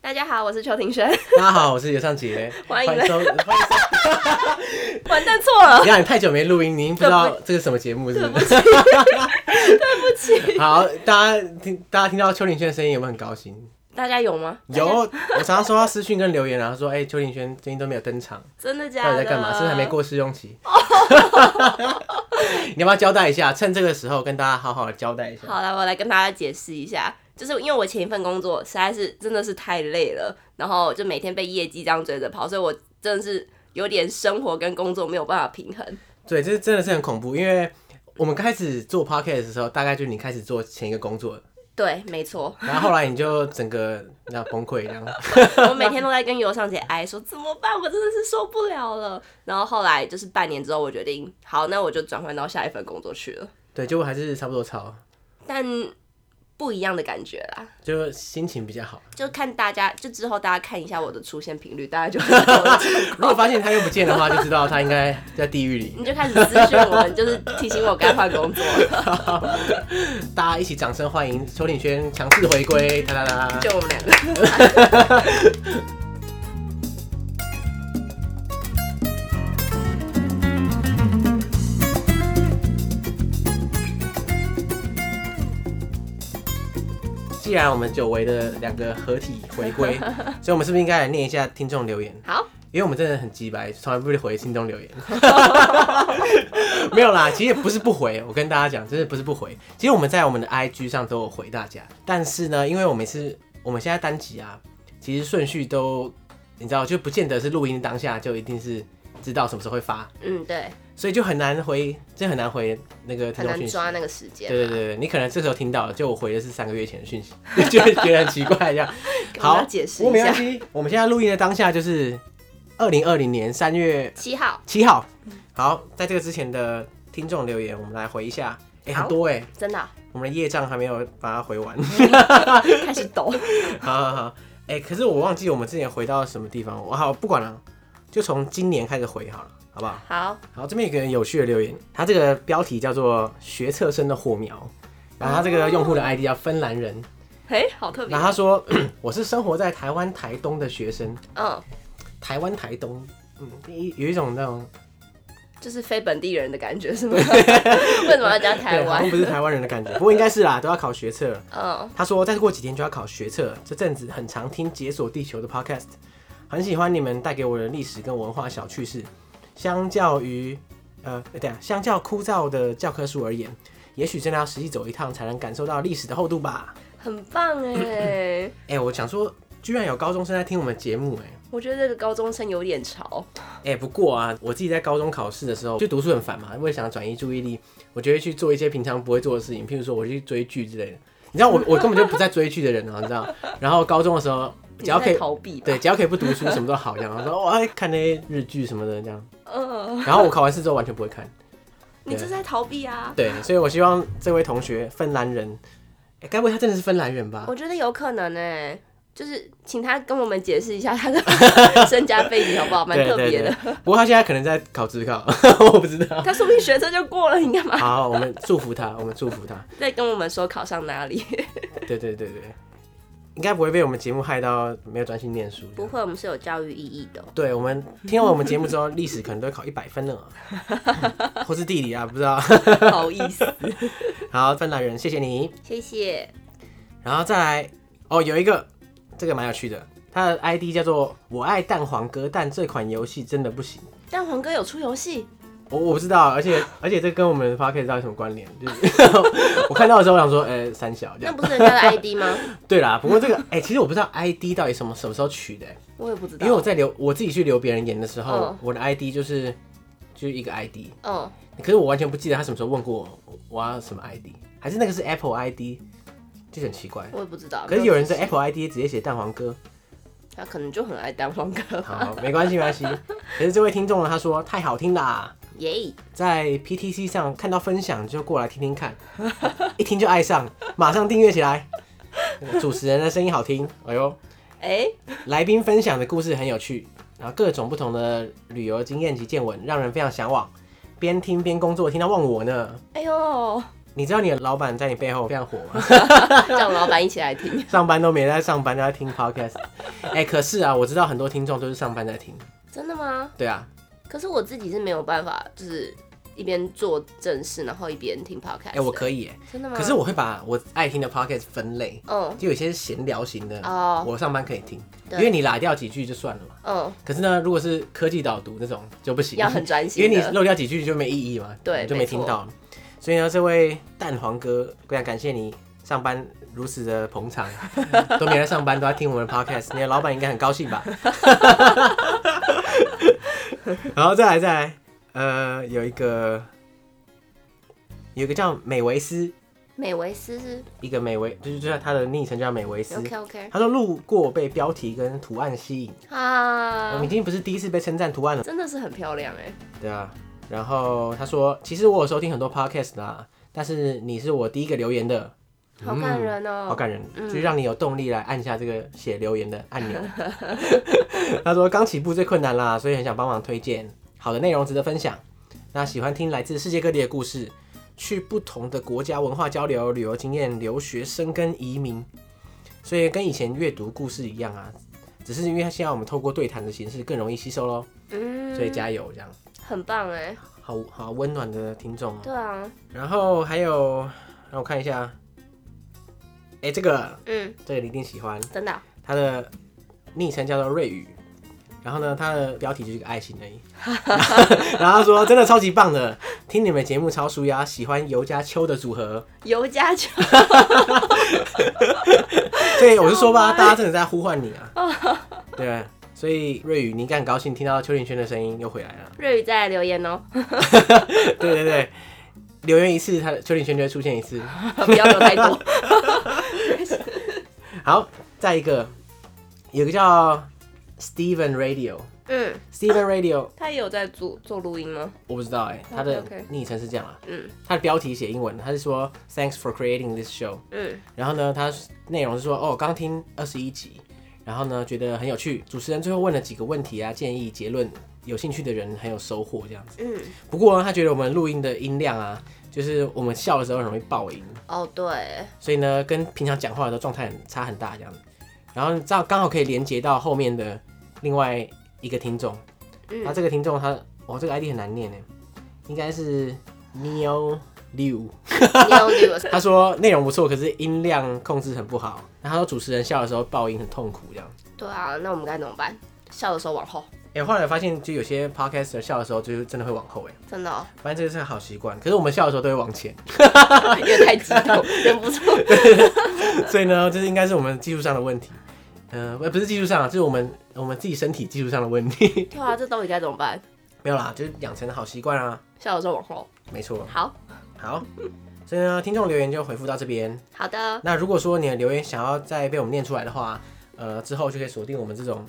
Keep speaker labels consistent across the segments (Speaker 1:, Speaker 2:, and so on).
Speaker 1: 大家好，我是邱庭轩，
Speaker 2: 大家好，我是尤尚杰，
Speaker 1: 欢迎
Speaker 2: 收，欢迎收。
Speaker 1: 完蛋错了
Speaker 2: 你，看，你太久没录音，你已经不知道这是什么节目，是
Speaker 1: 对
Speaker 2: 不
Speaker 1: 不
Speaker 2: 是？
Speaker 1: 起，对不起，
Speaker 2: 好，大家听，大家听到邱林轩的声音有没有很高兴？
Speaker 1: 大家有吗？
Speaker 2: 有，
Speaker 1: 大家，
Speaker 2: 我常常收到私讯跟留言，然后说，哎、邱林轩最近都没有登场，
Speaker 1: 真的假
Speaker 2: 到
Speaker 1: 的？
Speaker 2: 底在干嘛？是不是还没？过试 用期？你要不要交代一下？趁这个时候跟大家好好的交代一下。
Speaker 1: 好了，我来跟大家解释一下，就是因为我前一份工作实在是真的是太累了，然后就每天被业绩这样追着跑，所以我真的是有点生活跟工作没有办法平衡。
Speaker 2: 对，这真的是很恐怖，因为我们开始做 podcast 的时候，大概就是你开始做前一个工作了，
Speaker 1: 对，没错，
Speaker 2: 然后后来你就整个那崩溃这样。
Speaker 1: 我每天都在跟尤尚姐哀说怎么办，我真的是受不了了。然后后来就是半年之后，我决定好，那我就转换到下一份工作去了，
Speaker 2: 对，结果还是差不多超，
Speaker 1: 但不一样的感觉啦。
Speaker 2: 就心情比较好。
Speaker 1: 就看大家，就之后大家看一下我的出现频率，大家就知道我的情
Speaker 2: 如果
Speaker 1: 况。
Speaker 2: 发现他又不见的话，就知道他应该在地狱里。
Speaker 1: 你就开始私讯我们，就是提醒我该换工作啊了。
Speaker 2: 大家一起掌声欢迎邱鼎轩强势回归！哒哒哒！
Speaker 1: 就我们两个，
Speaker 2: 既然我们久违的两个合体回归，所以我们是不是应该来念一下听众留言？
Speaker 1: 好，
Speaker 2: 因为我们真的很鸡白，从来不会回听众留言。 没有啦，其实也不是不回，我跟大家讲，真的不是不回。其实我们在我们的 IG 上都有回大家，但是呢，因为我们是我们现在单集啊，其实顺序都你知道，就不见得是录音当下就一定是知道什么时候会发，
Speaker 1: 嗯，对，
Speaker 2: 所以就很难回，真的很难回那个听
Speaker 1: 很
Speaker 2: 众
Speaker 1: 难
Speaker 2: 讯息。
Speaker 1: 抓那个时间。
Speaker 2: 对对对，对你可能这时候听到了，就我回的是三个月前的讯息， 就会觉得很奇 怪这样。
Speaker 1: 跟我们
Speaker 2: 好，
Speaker 1: 要解释
Speaker 2: 我
Speaker 1: 一
Speaker 2: 没关
Speaker 1: 下。
Speaker 2: 系。我们现在录音的当下就是二零二零年三月
Speaker 1: 七号
Speaker 2: 七号。
Speaker 1: 嗯
Speaker 2: 好，在这个之前的听众留言，我们来回一下。哎、
Speaker 1: 好
Speaker 2: 很多哎、
Speaker 1: 真的啊、
Speaker 2: 我们的业障还没有把它回完。
Speaker 1: 嗯开始抖，
Speaker 2: 好好好，哎、可是我忘记我们之前回到什么地方。我好不管了，就从今年开始回好了，好不好？
Speaker 1: 好，
Speaker 2: 好，这边有一个人有趣的留言，他这个标题叫做“学测生的火苗”，然后他这个用户
Speaker 1: 哦
Speaker 2: 的 ID 叫芬兰人，
Speaker 1: 嘿，好特别
Speaker 2: 然，后他说 我是生活在台湾台东的学生，
Speaker 1: 嗯，
Speaker 2: 台湾台东，嗯，有有一种那种
Speaker 1: 就是非本地人的感觉是 吗？为什么要讲台
Speaker 2: 对，好
Speaker 1: 湾
Speaker 2: 像？不是台湾人 的感觉，不过应该是啦，都要啊考学测了。
Speaker 1: 嗯，
Speaker 2: 他说再过几天就要考学测，这阵子很常听《解锁地球》的 podcast，很喜欢你们带给我的历史跟文化小趣事。相较于呃，对啊，相较枯燥的教科书而言，也许真的要实际走一趟才能感受到历史的厚度吧。
Speaker 1: 很棒哎，
Speaker 2: 哎、我想说，居然有高中生在听我们节目、哎。
Speaker 1: 我觉得这个高中生有点潮，
Speaker 2: 哎、不过啊，我自己在高中考试的时候，就读书很烦嘛，为了想转移注意力，我就会去做一些平常不会做的事情，譬如说我去追剧之类的。你知道我我根本就不在追剧的人啊，你知道？然后高中的时候，只要可
Speaker 1: 你
Speaker 2: 以
Speaker 1: 在逃避吧，
Speaker 2: 对，，只要可以不读书，什么都好这样。然后说我爱看那些日剧什么的这样。
Speaker 1: 嗯，
Speaker 2: 然后我考完试之后完全不会看。
Speaker 1: 你这是在逃避啊。
Speaker 2: 对，所以我希望这位同学芬兰人，哎、该不会他真的是芬兰人吧？
Speaker 1: 我觉得有可能呢、欸就是请他跟我们解释一下他的 身家背景好不好？蛮
Speaker 2: 对
Speaker 1: 特
Speaker 2: 对
Speaker 1: 别的
Speaker 2: 对。不过他现在可能在考职考， 我不知道。
Speaker 1: 他说不定学车就过了，你干嘛
Speaker 2: 好，我们祝福他，我们祝福他。
Speaker 1: 再跟我们说考上哪里？
Speaker 2: 对对对对，应该不会被我们节目害到没有专心念书。
Speaker 1: 不会，我们是有教育意义的。哦
Speaker 2: 对我们听完我们节目之后，历史可能都会考一百分了， 或是地理啊，不知道。
Speaker 1: 好意思，
Speaker 2: 好，芬兰人，谢谢你。
Speaker 1: 谢谢。
Speaker 2: 然后再来，哦，有一个这个蛮有趣的，他的 ID 叫做“我爱蛋黄哥”，但这款游戏真的不行。
Speaker 1: 但黄哥有出游戏，
Speaker 2: 我我不知道，而且而且这跟我们 p o c a s t 到底有什么关联？就是 我看到的时候，我想说，呃、三小这
Speaker 1: 那
Speaker 2: 样。
Speaker 1: 不是人家的 ID 吗？
Speaker 2: 对啦，不过这个，哎、其实我不知道 ID 到底什么什么时候取的、欸
Speaker 1: 我也不知道。
Speaker 2: 因为我在留我自己去留别人言的时候，
Speaker 1: 嗯
Speaker 2: 我的 ID 就是就是一个 ID，
Speaker 1: 嗯，
Speaker 2: 可是我完全不记得他什么时候问过我我我要什么 ID，还是那个是 Apple ID，就很奇怪。
Speaker 1: 我也不知道。
Speaker 2: 可是有人 在 Apple ID 直接写蛋黄哥，
Speaker 1: 他可能就很爱当黄哥吧。
Speaker 2: 好，没关系没关系。可是这位听众呢，他说太好听啦，
Speaker 1: 耶、
Speaker 2: 在 PTC 上看到分享就过来听听看， 一听就爱上，马上订阅起来。主持人的声音好听，哎呦，
Speaker 1: 哎、
Speaker 2: 来宾分享的故事很有趣，然后各种不同的旅游经验及见闻，让人非常向往。边听边工作，听到忘我呢。
Speaker 1: 哎呦，
Speaker 2: 你知道你的老板 在你背后非常火吗？
Speaker 1: 叫我们老板一起来听。
Speaker 2: 上班都没在上班，都在听 podcast。哎、可是啊，我知道很多听众都是上班在听，
Speaker 1: 真的吗？
Speaker 2: 对啊，
Speaker 1: 可是我自己是没有办法，就是一边做正事，然后一边听 podcast。
Speaker 2: 哎、我可以、哎，
Speaker 1: 真的吗？
Speaker 2: 可是我会把我爱听的 podcast 分类，
Speaker 1: 嗯
Speaker 2: 就有些闲聊型的，
Speaker 1: 哦
Speaker 2: 我上班可以听，因
Speaker 1: 对
Speaker 2: 为你拉掉几句就算了嘛。
Speaker 1: 嗯，
Speaker 2: 可是呢，如果是科技导读那种就不行，
Speaker 1: 要很专心
Speaker 2: 因
Speaker 1: 的。
Speaker 2: 为你漏掉几句就没意义嘛，
Speaker 1: 对
Speaker 2: 你就没听到。所以呢，这位蛋黄哥，非常感谢你上班如此的捧场， 都没来上班都要听我们的 podcast，你的老板应该很高兴吧？ 然后再来再来，呃，有一个有一个叫美维斯，
Speaker 1: 美维斯是
Speaker 2: 一个美维，就是就是他的昵称叫美维斯。
Speaker 1: OK OK
Speaker 2: 他说路过被标题跟图案吸引，我
Speaker 1: 啊
Speaker 2: 们已，经不是第一次被称赞图案了。
Speaker 1: 真的是很漂亮哎、
Speaker 2: 对啊，然后他说，其实我有收听很多 podcast 啦，但是你是我第一个留言的，
Speaker 1: 好感人哦、
Speaker 2: 嗯好感人，就是让你有动力来按下这个写留言的 按钮。他说刚起步最困难啦，所以很想帮忙推荐好的内容值得分享。那喜欢听来自世界各地的故事，去不同的国家文化交流、旅游经验、留学生跟移民，所以跟以前阅读故事一样啊，只是因为现在我们透过对谈的形式更容易吸收喽，
Speaker 1: 嗯，
Speaker 2: 所以加油这样。
Speaker 1: 很棒哎、
Speaker 2: 好好温暖的听众哦。
Speaker 1: 对啊，
Speaker 2: 然后还有，让我看一下，哎、这个
Speaker 1: 嗯，
Speaker 2: 这个你一定喜欢，
Speaker 1: 真的啊、
Speaker 2: 他的昵称叫做瑞宇。然后呢，他的标题就是一个爱心而已。 然后他说：“真的超级棒的，听你们节目超舒压，喜欢尤加秋的组合。
Speaker 1: 尤加秋，
Speaker 2: 所以我是说吧，大家真的在呼唤你啊。对，所以瑞宇，你应该很高兴听到邱林轩的声音又回来了。
Speaker 1: 瑞宇再来留言哦、
Speaker 2: 对对对，留言一次，他的邱林轩就会出现一次。
Speaker 1: 不要留太多。
Speaker 2: 好，再一个，有个叫 Steven Radio，Steven
Speaker 1: 嗯，
Speaker 2: Radio，
Speaker 1: 他也有在做做录音吗？
Speaker 2: 我不知道哎、他的
Speaker 1: OK，OK
Speaker 2: 昵称是这样啊，
Speaker 1: 嗯
Speaker 2: 他的标题写英文，他是说 Thanks for creating this show，
Speaker 1: 嗯，
Speaker 2: 然后呢，他内容是说哦，刚听二十一集，然后呢觉得很有趣，主持人最后问了几个问题啊，建议结论，有兴趣的人很有收获这样子。
Speaker 1: 嗯，
Speaker 2: 不过呢他觉得我们录音的音量啊，就是我们笑的时候很容易爆音，
Speaker 1: 哦对，
Speaker 2: 所以呢，跟平常讲话的时候状态很差很大这样子。然后这样刚好可以连接到后面的另外一个听众，
Speaker 1: 嗯
Speaker 2: 那、这个听众他，哇，这个 ID 很难念呢，应该是 Neo Liu。
Speaker 1: 你有理我
Speaker 2: 他说内容不错，可是音量控制很不好。然后他说主持人笑的时候爆音很痛苦这样。
Speaker 1: 对啊，那我们该怎么办？笑的时候往后，
Speaker 2: 哎、后来发现就有些 podcaster 笑的时候就是真的会往后哎，
Speaker 1: 真的、哦，
Speaker 2: 反正这个是个好习惯。可是我们笑的时候都会往前，
Speaker 1: 有点太激动，忍不住。
Speaker 2: 所以呢，这是应该是我们技术上的问题。嗯、呃，不是技术上啊，就是我们我们自己身体技术上的问题。
Speaker 1: 对啊，这到底该怎么办？
Speaker 2: 没有啦，就是养成好习惯啊。
Speaker 1: 笑的时候往后。
Speaker 2: 没错，
Speaker 1: 好
Speaker 2: 好，所以呢，听众留言就回复到这边。
Speaker 1: 好的，
Speaker 2: 那如果说你的留言想要再被我们念出来的话，呃，之后就可以锁定我们这种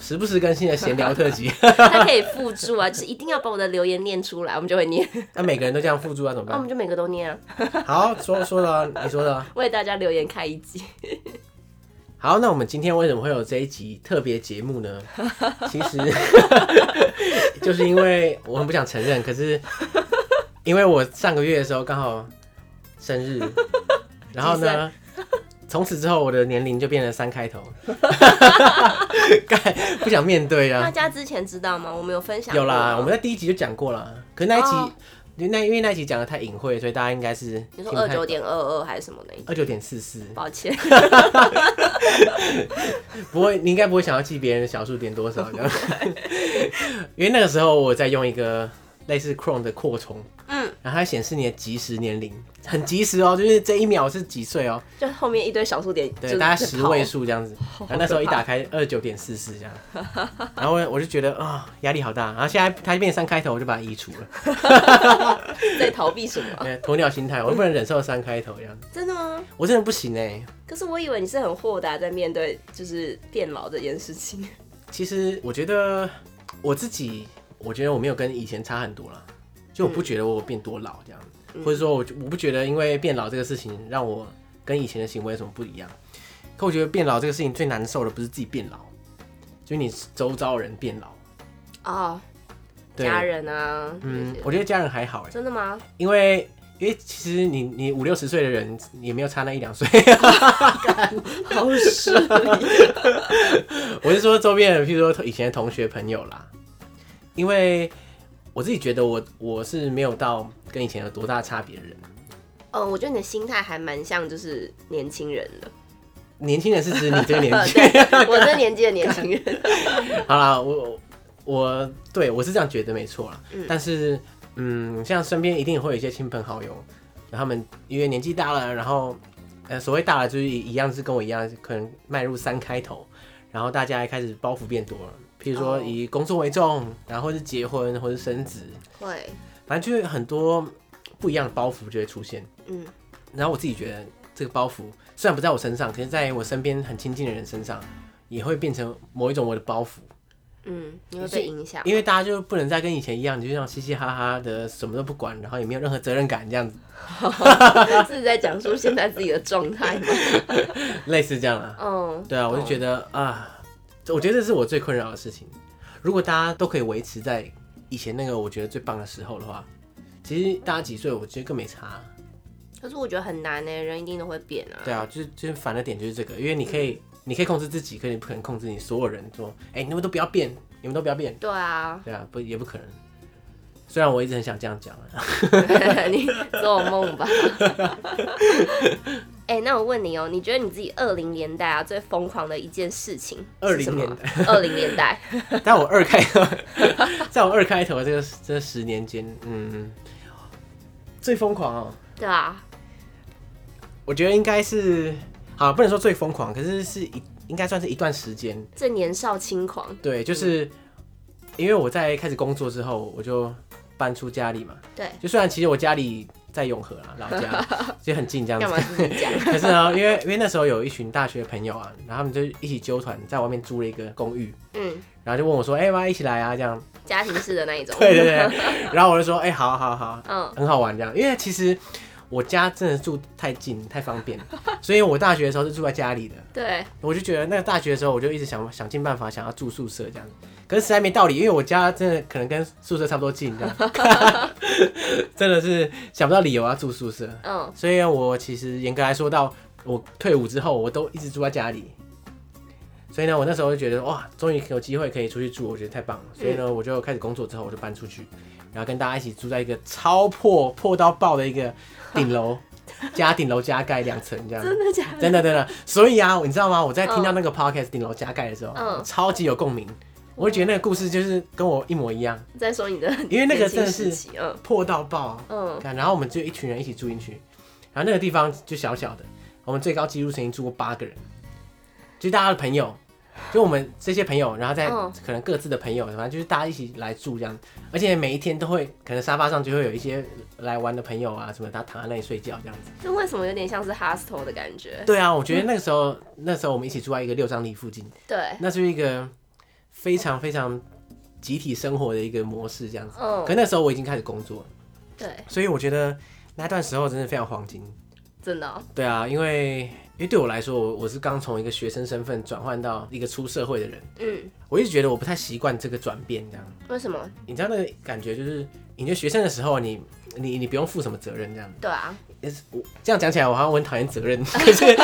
Speaker 2: 时不时更新的闲聊特辑。
Speaker 1: 他可以附注啊，就是一定要把我的留言念出来，我们就会 念，
Speaker 2: 那每个人都这样付诸啊，怎么
Speaker 1: 那、我们就
Speaker 2: 办？
Speaker 1: 每个都念啊，
Speaker 2: 好，说说的啊，你说的啊。
Speaker 1: 为大家留言开一集。
Speaker 2: 好，那我们今天为什么会有这一集特别节 目呢？其实 就是因为我很不想承认，可 是因为我上个月的时候刚好 生日，然后呢，从此之后我的年龄就变成 三开头，干不想面对
Speaker 1: 大
Speaker 2: 啊。
Speaker 1: 家之前知道吗？我们有分享
Speaker 2: 有啦，
Speaker 1: 过
Speaker 2: 我们在第一集就讲过啦，可是那一集。
Speaker 1: 哦
Speaker 2: 那因为那一集讲的太隐晦，所以大家应该是
Speaker 1: 你说二九点二二还是什么那一集？
Speaker 2: 二九点四四，
Speaker 1: 抱歉，
Speaker 2: 不会，你应该不会想要记别人的小数点多少这 样，因为那个时候我在用一个类似 Chrome 的扩充，
Speaker 1: 嗯，
Speaker 2: 然后它显示你的即时年龄，很及时哦，就是这一秒是几岁哦，
Speaker 1: 就后面一堆小数点，
Speaker 2: 对，
Speaker 1: 就
Speaker 2: 大家
Speaker 1: 就
Speaker 2: 十
Speaker 1: 跑
Speaker 2: 位数这样子。
Speaker 1: 好
Speaker 2: 然后那时候一
Speaker 1: 可怕
Speaker 2: 打开二九点四四这样，然后我我就觉得啊压、力好大，然后现在它变三开头，我就把它移除了，
Speaker 1: 在逃避什么？
Speaker 2: 对，鸵鸟心态，我不能忍受三开头这样，
Speaker 1: 真的吗？
Speaker 2: 我真的不行哎、
Speaker 1: 可是我以为你是很豁达，在面对就是变老这件事 情。
Speaker 2: 其实我觉得我自己，我觉得我没有跟以前差很多啦，就我不觉得我变多老这样，
Speaker 1: 嗯
Speaker 2: 或者说我我不觉得因为变老这个事情让我跟以前的行为有什么不一样。可我觉得变老这个事情最难受的不是自己变老，就是你周遭人变老。
Speaker 1: 哦，
Speaker 2: 对
Speaker 1: 家人啊，啊
Speaker 2: 嗯
Speaker 1: 这，些
Speaker 2: 我觉得家人还好哎，
Speaker 1: 真的吗？
Speaker 2: 因为因为其实你你五六十岁的人也没有差那一两岁，
Speaker 1: 好失礼。
Speaker 2: 我是说周边的，譬如说以前的同学朋友啦，因为我自己觉得我我是没有到跟以前有多大差别的人。
Speaker 1: 嗯，我觉得你的心态还蛮像就是年轻人的，
Speaker 2: 年轻人是指你这个年纪，
Speaker 1: 对，我这年纪的年轻人。
Speaker 2: 好啦，我我对我是这样觉得没错啦。但是嗯，像身边一定会有一些亲朋好友，他们因为年纪大了，然后呃所谓大了就是一一样是跟我一样，可能迈入三开头，然后大家一开始包袱变多了。譬如说
Speaker 1: 哦
Speaker 2: 以工作为重，然后是结婚或是生子，
Speaker 1: 会，
Speaker 2: 反正就是很多不一样的包袱就会出现。
Speaker 1: 嗯，
Speaker 2: 然后我自己觉得这个包袱虽然不在我身上，可是在我身边很亲近的人身上，也会变成某一种我的包袱。
Speaker 1: 嗯，你会被影响，
Speaker 2: 因为大家就不能再跟以前一样，你就像嘻嘻哈哈的，什么都不管，然后也没有任何责任感这样子，
Speaker 1: 是在讲述现在自己的状态吗？
Speaker 2: 类似这样啦。
Speaker 1: 嗯，
Speaker 2: 对啊，我就觉得啊，我觉得这是我最困扰的事情。如果大家都可以维持在以前那个我觉得最棒的时候的话，其实大家几岁，我觉得更没差。
Speaker 1: 可是我觉得很难呢、欸人一定都会变啊。
Speaker 2: 对啊，就是就是烦的点就是这个，因为你可以你可以控制自己，可你不可能控制你所有人说，哎、你们都不要变，你们都不要变。
Speaker 1: 对啊，
Speaker 2: 对啊，不也不可能。虽然我一直很想这样讲啊，
Speaker 1: 啊 你做梦 吧。哎、那我问你哦、你觉得你自己二零年代啊最疯狂的一件事情是什么？
Speaker 2: 20
Speaker 1: 代，二零年代，
Speaker 2: 但我二开头， 在我二开头的这个这十年间，嗯，最疯狂哦，
Speaker 1: 对啊，
Speaker 2: 我觉得应该是，好不能说最疯狂，可是是一应该算是一段时间，
Speaker 1: 最年少轻狂，
Speaker 2: 对，就是因为我在开始工作之后，我就搬出家里嘛，
Speaker 1: 对，
Speaker 2: 就虽然其实我家里在永和啊，老家 就很近这样
Speaker 1: 干嘛
Speaker 2: 子。
Speaker 1: 自己讲？
Speaker 2: 可是呢，因为因为那时候有一群大学朋友啊，然后他们就一起纠团在外面租了一个公寓，
Speaker 1: 嗯，
Speaker 2: 然后就问我说：“哎、要不要一起来啊？”这样，
Speaker 1: 家庭式的那一 种。
Speaker 2: 对对对。然后我就说：“哎、好好好，
Speaker 1: 嗯，
Speaker 2: 很好玩这样。因为其实我家真的住太近太方便，所以我大学的时候是住在家里的。
Speaker 1: 对，
Speaker 2: 我就觉得那个大学的时候，我就一直想想尽办法想要住宿舍这样，可是实在没道理，因为我家真的可能跟宿舍差不多近这样，真的是想不到理由要住宿舍。
Speaker 1: 嗯，
Speaker 2: 所以我其实严格来说，到我退伍之后，我都一直住在家里。所以呢，我那时候就觉得哇，终于有机会可以出去住，我觉得太棒了。所以呢，我就开始工作之后，我就搬出去，然后跟大家一起住在一个超破破到爆的一个顶楼，加顶楼加盖两层这样。
Speaker 1: 真的假 的？
Speaker 2: 真的真的，所以啊，你知道吗？我在听到
Speaker 1: 嗯
Speaker 2: 那个 podcast 顶楼加盖的时候，
Speaker 1: 嗯
Speaker 2: 超级有共鸣。我会觉得那个故事就是跟我一模一样，
Speaker 1: 再说你的年轻时期，
Speaker 2: 因为那个真的是
Speaker 1: 嗯
Speaker 2: 破到爆。啊
Speaker 1: 嗯，
Speaker 2: 看，然后我们就一群人一起住进去，然后那个地方就小小的，我们最高纪录曾经住过八个人，就是大家的朋友，就我们这些朋友，然后再
Speaker 1: 嗯
Speaker 2: 可能各自的朋友，反正就是大家一起来住这样，而且每一天都会，可能沙发上就会有一些来玩的朋友啊什么，他躺在那里睡觉这样子。
Speaker 1: 这为什么有点像是 hostel 的感觉？
Speaker 2: 对啊，我觉得那个时候，那时候我们一起住在一个六张里附近，
Speaker 1: 对，
Speaker 2: 那是一个非常非常集体生活的一个模式这样子。
Speaker 1: 嗯
Speaker 2: 可，那时候我已经开始工作了，
Speaker 1: 对，
Speaker 2: 所以我觉得那段时候真的非常黄金。
Speaker 1: 真的哦、
Speaker 2: 对啊，因为因为对我来说，我我是刚从一个学生身份转换到一个出社会的人，
Speaker 1: 嗯，
Speaker 2: 我一直觉得我不太习惯这个转变，这样，
Speaker 1: 为什么？
Speaker 2: 你知道那个感觉就是，你觉得学生的时候你。你你不用负什么责任，这样，
Speaker 1: 对啊，
Speaker 2: 也是我这样讲起来，我好像我很讨厌责任， 可是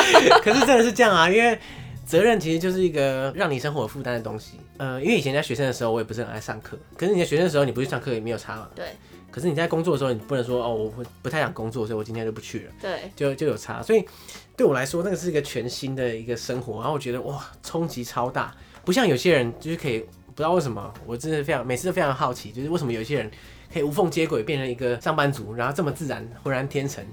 Speaker 2: 可是真的是这样啊，因为责任其实就是一个让你生活负担的东西。呃，因为以前在学生的时候，我也不是很爱上课，可是你在学生的时候，你不去上课也没有差嘛。
Speaker 1: 对
Speaker 2: 可是你在工作的时候，你不能说哦，我不不太想工作，所以我今天就不去了。
Speaker 1: 对，
Speaker 2: 就就有差。所以对我来说，那个是一个全新的一个生活，然后我觉得哇，冲击超大，不像有些人就是可以。不知道为什么，我真的非常每次都非常好奇，就是为什么有些人可以无缝接轨变成一个上班族，然后这么自然浑然天成，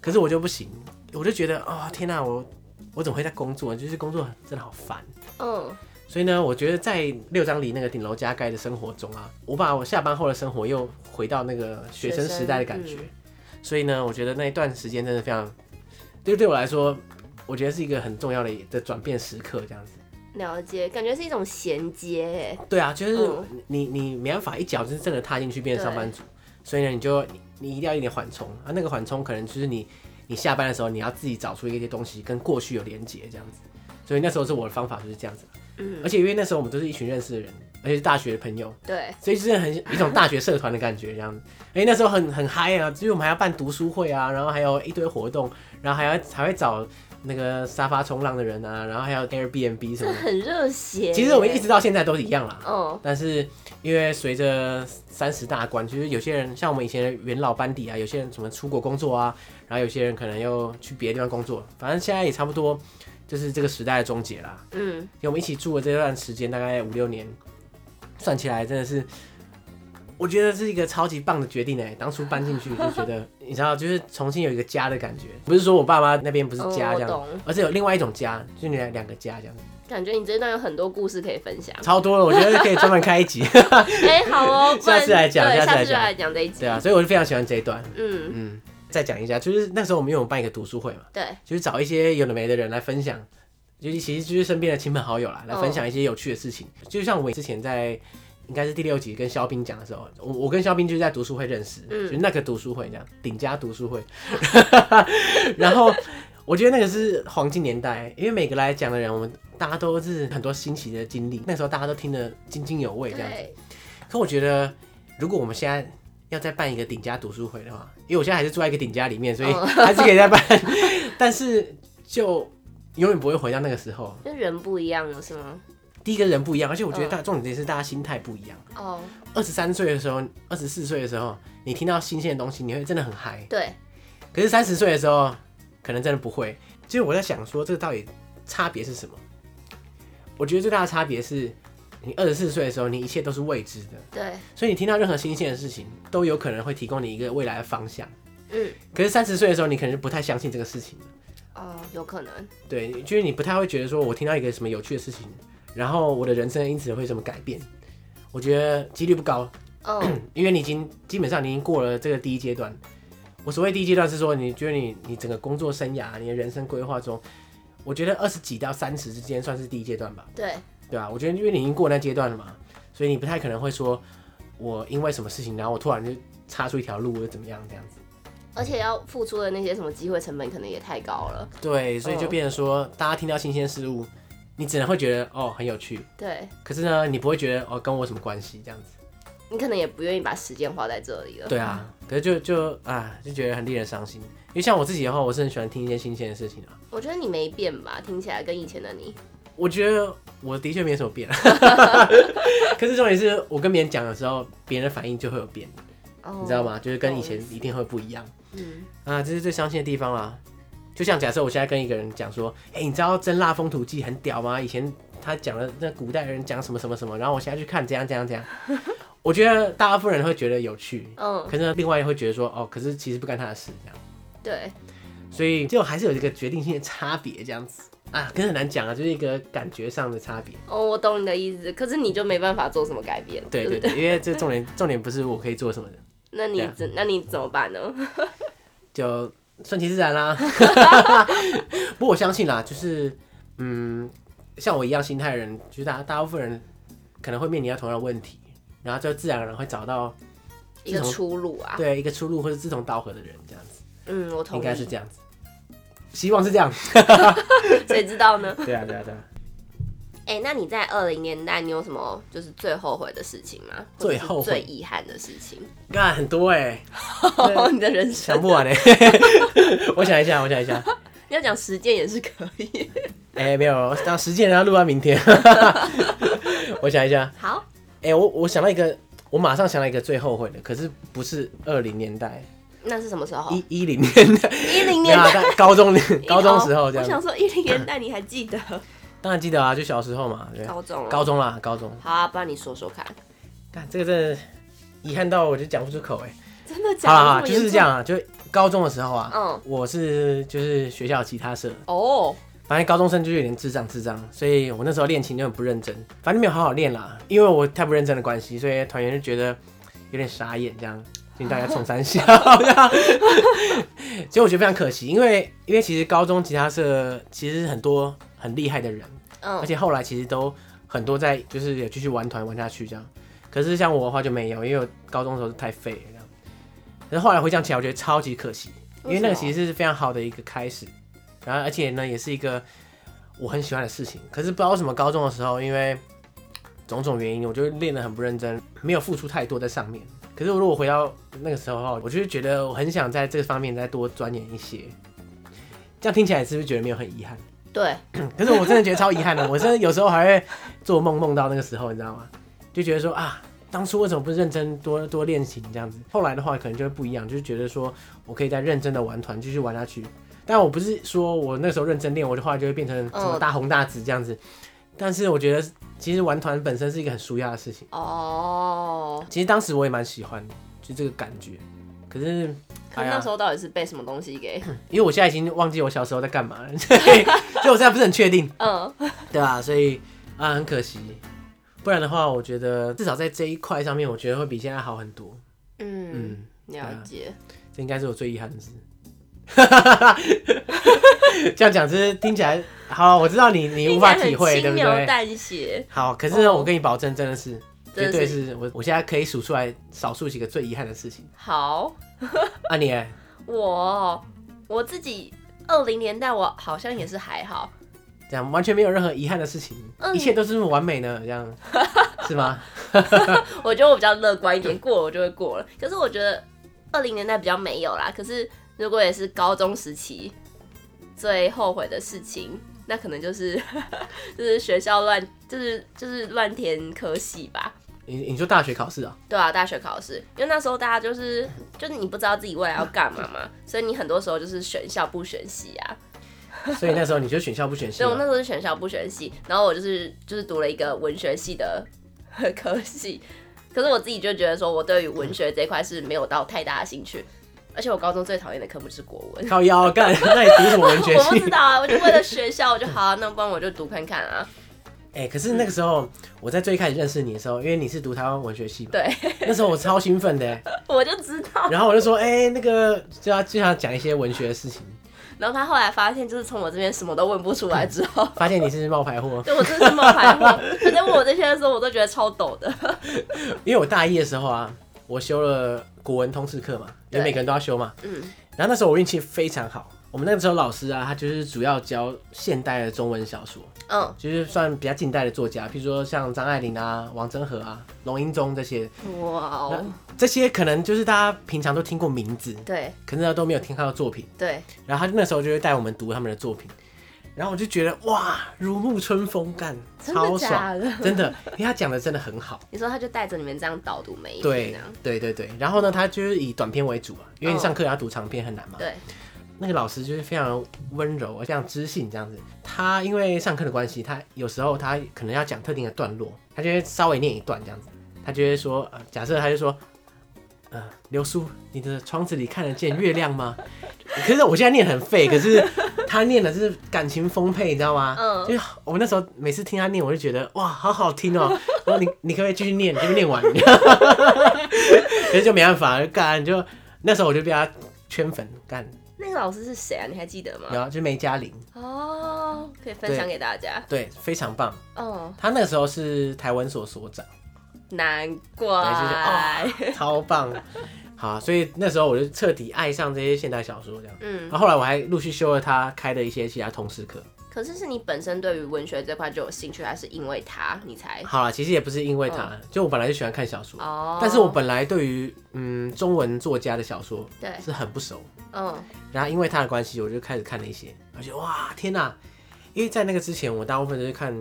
Speaker 2: 可是我就不行，我就觉得哦天哪、我我怎么会在工作？就是工作真的好烦。
Speaker 1: 嗯，
Speaker 2: 所以呢，我觉得在六张里那个顶楼加盖的生活中啊，我把我下班后的生活又回到那个学生时代的感觉
Speaker 1: 学生。嗯
Speaker 2: 所以呢，我觉得那一段时间真的非常，对对我来说，我觉得是一个很重要的的转变时刻，这样子。
Speaker 1: 了解，感觉是一种衔接，
Speaker 2: 对啊，就是
Speaker 1: 嗯
Speaker 2: 你你没办法一脚就是真的踏进去变成上班族，所以呢，你就你你一定要有一点缓冲啊，那个缓冲可能就是你你下班的时候你要自己找出一些东西跟过去有连接这样子，所以那时候是我的方法就是这样子，
Speaker 1: 嗯
Speaker 2: 而且因为那时候我们都是一群认识的人，而且是大学的朋友，
Speaker 1: 对，
Speaker 2: 所以就是很一种大学社团的感觉这样子。哎、那时候很很嗨啊，就是我们还要办读书会啊，然后还有一堆活动，然后还要还会找那个沙发冲浪的人啊，然后还有 Airbnb 什
Speaker 1: 这
Speaker 2: 么的。
Speaker 1: 很热血耶。
Speaker 2: 其实我们一直到现在都是一样啦，
Speaker 1: 嗯，
Speaker 2: 但是因为随着三十大关，就是有些人像我们以前的元老班底啊，有些人什么出国工作啊，然后有些人可能又去别的地方工作，反正现在也差不多就是这个时代的终结啦。
Speaker 1: 嗯，
Speaker 2: 因为我们一起住的这段时间，大概五六年，算起来真的是，我觉得是一个超级棒的决定哎。当初搬进去就觉得， 你知道，就是重新有一个家的感觉，不是说我爸妈那边不是
Speaker 1: 哦
Speaker 2: 家
Speaker 1: 我
Speaker 2: 这样，
Speaker 1: 懂
Speaker 2: 而是有另外一种家，就是两两个家这样，。
Speaker 1: 感觉你这段有很多故事可以分享
Speaker 2: 超多了，我觉得可以专门开一集。
Speaker 1: 哎、好哦，不然
Speaker 2: 下次来讲
Speaker 1: 对，
Speaker 2: 下次
Speaker 1: 下
Speaker 2: 来
Speaker 1: 次就
Speaker 2: 讲
Speaker 1: 来讲这一集。
Speaker 2: 对啊，所以我就非常喜欢这一段。
Speaker 1: 嗯，
Speaker 2: 嗯，再讲一下，就是那时候我们因为我们办一个读书会嘛，
Speaker 1: 对，
Speaker 2: 就是找一些有的没的人来分享，就是其实就是身边的亲朋好友啦，来
Speaker 1: 嗯
Speaker 2: 分享一些有趣的事情。就像我之前在应该是第六集跟肖斌讲的时候，我我跟肖斌就是在读书会认识，
Speaker 1: 嗯
Speaker 2: 就是那个读书会这样，顶家读书会， 然后。我觉得那个是黄金年代，因为每个来讲的人，我们大家都是很多新奇的经历，那时候大家都听得津津有味这样子。
Speaker 1: 对，
Speaker 2: 可我觉得，如果我们现在要再办一个顶家读书会的话，因为我现在还是住在一个顶家里面，所以
Speaker 1: 嗯
Speaker 2: 还是可以再办，但是就永远不会回到那个时候。
Speaker 1: 就人不一样了，是吗？
Speaker 2: 第一个人不一样，而且我觉得大重点是大家心态不一样。
Speaker 1: 哦，
Speaker 2: 二十三岁的时候，二十四岁的时候，你听到新鲜的东西，你会真的很嗨。
Speaker 1: 对，
Speaker 2: 可是三十岁的时候，可能真的不会。其实我在想说，这个到底差别是什么？我觉得最大的差别是，你二十四岁的时候，你一切都是未知的。
Speaker 1: 对，
Speaker 2: 所以你听到任何新鲜的事情，都有可能会提供你一个未来的方向。
Speaker 1: 嗯，
Speaker 2: 可是三十岁的时候，你可能就不太相信这个事情了，
Speaker 1: 哦，有可能，
Speaker 2: 对，就是你不太会觉得说，我听到一个什么有趣的事情，然后我的人生因此会有什么改变。我觉得几率不高，嗯
Speaker 1: 哦，
Speaker 2: 因为你已经基本上你已经过了这个第一阶段。我所谓第一阶段是说，你觉得你你整个工作生涯、你的人生规划中，我觉得二十几到三十之间算是第一阶段吧。
Speaker 1: 对，
Speaker 2: 对啊吧、我觉得因为你已经过那阶段了嘛，所以你不太可能会说，我因为什么事情，然后我突然就插出一条路，我就怎么样这样子。
Speaker 1: 而且要付出的那些什么机会成本可能也太高了。
Speaker 2: 对，所以就变成说，大家听到新鲜事物，你只能会觉得哦很有趣，
Speaker 1: 对
Speaker 2: 可是呢，你不会觉得哦跟我有什么关系这样子。
Speaker 1: 你可能也不愿意把时间花在这里了。
Speaker 2: 对啊，可是就就啊就觉得很令人伤心，因为像我自己的话，我是很喜欢听一些新鲜的事情啊。
Speaker 1: 我觉得你没变吧，听起来跟以前的你。
Speaker 2: 我觉得我的确没什么 变，可是重点是我跟别人讲的时候，别人的反应就会有变，
Speaker 1: 哦
Speaker 2: 你知道？吗？就是跟以前一定会不一样。
Speaker 1: 嗯，
Speaker 2: 啊，这是最伤心的地方啦。就像假设我现在跟一个人讲说，哎、你知道《真辣风土记》很屌吗？以前他讲的那古代人讲什么什么什么，然后我现在去看怎样怎样怎样，我觉得大部分人会觉得有趣，
Speaker 1: 嗯，
Speaker 2: 可是呢另外一会觉得说，哦，可是其实不干他的事这样，
Speaker 1: 对，
Speaker 2: 所以就还是有一个决定性的差别这样子啊，可是很难讲啊，就是一个感觉上的差别。
Speaker 1: 哦，我懂你的意思，可是你就没办法做什么改变。
Speaker 2: 对
Speaker 1: 不
Speaker 2: 对对，因为这重点重点不是我可以做什么的，
Speaker 1: 那你
Speaker 2: 对啊
Speaker 1: 怎那你怎么办呢？
Speaker 2: 就顺其自然啦。 不过我相信啦，就是嗯，像我一样心态的人，就是大大部分人可能会面临到同样的问题，然后就自然而然会找到
Speaker 1: 一个
Speaker 2: 自从
Speaker 1: 出路啊。
Speaker 2: 对一个出路或者志同道合的人，这样子
Speaker 1: 嗯，我同
Speaker 2: 应
Speaker 1: 意。
Speaker 2: 该是这样子，希望是这样。
Speaker 1: 谁知道呢？
Speaker 2: 对啊，对啊，对啊。
Speaker 1: 哎、那你在二零年代，你有什么就是最后悔的事情吗？或者
Speaker 2: 最
Speaker 1: 是
Speaker 2: 后悔
Speaker 1: 最遗憾的事情？
Speaker 2: 干很多哎、
Speaker 1: 哦， 你的人
Speaker 2: 想
Speaker 1: 生，
Speaker 2: 不完哎、 我想一下，我想一下。
Speaker 1: 你要讲实践也是可以。
Speaker 2: 哎、没有，到实践要录到明天。 我想一下，
Speaker 1: 好，
Speaker 2: 哎、我我想到一个，我马上想到一个最后悔的，可是不是二零年代，
Speaker 1: 那是什么时候？
Speaker 2: 一一零年代，
Speaker 1: 哦一零
Speaker 2: 没有
Speaker 1: 年
Speaker 2: 啊，
Speaker 1: 代，哦
Speaker 2: 但高中 高中时候这
Speaker 1: 我想
Speaker 2: 样，
Speaker 1: 说一零年代你还记 得？
Speaker 2: 当然记得啊，就小时候嘛，对，
Speaker 1: 高中哦。
Speaker 2: 高中啦，高中，
Speaker 1: 好啊，不然你说说看，
Speaker 2: 但这个真的遗憾到我就讲不出口哎、
Speaker 1: 真的
Speaker 2: 好
Speaker 1: 假
Speaker 2: 啦好啦，
Speaker 1: 的？
Speaker 2: 就是这样啊，就高中的时候啊，
Speaker 1: 嗯
Speaker 2: 我是就是学校吉他社，
Speaker 1: 么严重。哦，
Speaker 2: 反正高中生就有点智障智障，所以我那时候练琴就很不认真，反正没有好好练啦，因为我太不认真的关系，所以团员就觉得有点傻眼这样，请大家冲三下 这样。所以我觉得非常可惜，因为因为其实高中吉他社其实很多很厉害的人，而
Speaker 1: 嗯，
Speaker 2: 且后来其实都很多在就是有继续玩团玩下去这样，可是像我的话就没有，因为我高中的时候太废了这样。可是后来回想起来，我觉得超级可惜，因为那个
Speaker 1: 为什么
Speaker 2: 其实是非常好的一个开始，然后而且呢，也是一个我很喜欢的事情。可是不知道为什么高中的时候，因为种种原因，我就练得很不认真，没有付出太多在上面。可是如果回到那个时候的话，我就是觉得我很想在这方面再多钻研一些。这样听起来是不是觉得没有很遗憾？
Speaker 1: 对，
Speaker 2: 可是我真的觉得超遗憾的，我真的有时候还会做梦梦到那个时候，你知道吗？就觉得说啊，当初为什么不认真多多练琴这样子？后来的话可能就会不一样，就是觉得说我可以再认真的玩团，继续玩下去。但我不是说我那时候认真练，我的话就会变成什么大红大紫这样子。但是我觉得其实玩团本身是一个很舒压的事情，
Speaker 1: 哦，
Speaker 2: 其实当时我也蛮喜欢的，就这个感觉。可是，
Speaker 1: 可
Speaker 2: 哎
Speaker 1: 是那
Speaker 2: 呀
Speaker 1: 时，候到底是被什么东西 给？
Speaker 2: 因为我现在已经忘记我小时候在干嘛了，所以 所以我现在不是很确定。
Speaker 1: 嗯，
Speaker 2: 对啊，所以啊，很可惜。不然的话，我觉得至少在这一块上面，我觉得会比现在好很多。
Speaker 1: 嗯，
Speaker 2: 嗯，
Speaker 1: 了解。
Speaker 2: 这应该是我最遗憾的事。 这样讲，就是听起来好，我知道你你无法体会，
Speaker 1: 听起来很
Speaker 2: 对
Speaker 1: 轻
Speaker 2: 不
Speaker 1: 描
Speaker 2: 对？
Speaker 1: 淡写，
Speaker 2: 好，可是呢，
Speaker 1: 哦
Speaker 2: 我跟你保证，真的是，
Speaker 1: 真
Speaker 2: 绝
Speaker 1: 的
Speaker 2: 对是我我现在可以数出来少数几个最遗憾的事情。
Speaker 1: 好，
Speaker 2: 啊你欸，
Speaker 1: 我我自己二零年代我好像也是还好，
Speaker 2: 这样完全没有任何遗憾的事情，
Speaker 1: 嗯
Speaker 2: 一切都是这么完美呢，这样是吗？
Speaker 1: 我觉得我比较乐观一点，过了我就会过了。可是我觉得二零年代比较没有啦。可是如果也是高中时期最后悔的事情，那可能就是 就是学校乱，就是就是乱填科系吧。
Speaker 2: 你你说大学考试啊？
Speaker 1: 对啊，大学考试，因为那时候大家就是就是你不知道自己未来要干嘛嘛，所以你很多时候就是选校不选系啊。
Speaker 2: 所以那时候你就选校不选系啊
Speaker 1: 所以我那时
Speaker 2: 吗？
Speaker 1: 候是选校不选系，然后我就是就是读了一个文学系的 科系，可是我自己就觉得说我对于文学这一块是没有到太大的兴趣，而且我高中最讨厌的科目是国文。
Speaker 2: 靠腰干，那你读什么文学
Speaker 1: 我不
Speaker 2: 系
Speaker 1: 知？道啊，我就为了学校，我就好、啊，那不然我就读看看啊。
Speaker 2: 哎、可是那个时候我在最开始认识你的时候，因为你是读台湾文学系嘛，
Speaker 1: 对，
Speaker 2: 那时候我超兴奋的，
Speaker 1: 我就知道。
Speaker 2: 然后我就说，哎、那个就要就想讲一些文学的事情，
Speaker 1: 然后他后来发现，就是从我这边什么都问不出来之后，
Speaker 2: 发现你是冒牌货，
Speaker 1: 对我真的是冒牌货。他在问我这些的时候，我都觉得超抖的。
Speaker 2: 因为我大一的时候啊，我修了国文通识课嘛，因
Speaker 1: 对
Speaker 2: 为每个人都要修嘛，
Speaker 1: 嗯，
Speaker 2: 然后那时候我运气非常好，我们那个时候老师啊，他就是主要教现代的中文小说，
Speaker 1: 嗯，
Speaker 2: 就是算比较近代的作家，譬如说像张爱玲啊、王贞和啊、龙应宗这些，
Speaker 1: 哇哦，
Speaker 2: 这些可能就是大家平常都听过名字，
Speaker 1: 对
Speaker 2: 可是都没有听他的作品。
Speaker 1: 对，
Speaker 2: 然后他那时候就会带我们读他们的作品，然后我就觉得哇，如沐春风，干
Speaker 1: 真的
Speaker 2: 超爽，
Speaker 1: 假的？
Speaker 2: 真的，因为他讲的真的很好，
Speaker 1: 你说他就带着你们这样导读每一篇
Speaker 2: 对
Speaker 1: 这样，
Speaker 2: 对对对。然后呢，他就是以短篇为主啊，因为你
Speaker 1: 哦
Speaker 2: 上课要读长篇很难嘛。
Speaker 1: 对，
Speaker 2: 那个老师就是非常温柔，非常知性这样子。他因为上课的关系，他有时候他可能要讲特定的段落，他就会稍微念一段这样子。他就会说，呃、假设他就说，呃，刘叔，你的窗子里看得见月亮吗？可是我现在念很废，可是他念的是感情丰沛，你知道吗？
Speaker 1: 嗯
Speaker 2: 就是 我那时候每次听他念，我就觉得哇，好好听哦、然后你你可不可以继续念？你就念完， 可是就没办法，就干就那时候我就被他圈粉干。
Speaker 1: 那个老师是谁啊？你还记得吗？
Speaker 2: 然后就是梅嘉玲，
Speaker 1: 哦，可以分享给大家。
Speaker 2: 对，非常棒。
Speaker 1: 哦，
Speaker 2: 她那个时候是台湾所所长，
Speaker 1: 难
Speaker 2: 对哦
Speaker 1: 怪。
Speaker 2: 超棒。好，啊所以那时候我就彻底爱上这些现代小说，这样。
Speaker 1: 嗯
Speaker 2: 然，后后来我还陆续修了他开的一些其他通识课。
Speaker 1: 可是是你本身对于文学这块就有兴趣，还是因为他你才？
Speaker 2: 好了，其实也不是因为他，就我本来就喜欢看小说，
Speaker 1: 哎嗯哦，
Speaker 2: 但是我本来对于嗯中文作家的小说
Speaker 1: 对，
Speaker 2: 是很不熟。
Speaker 1: 嗯，
Speaker 2: 然后因为他的关系，我就开始看了一些，而且哇天哪、因为在那个之前，我大部分都是看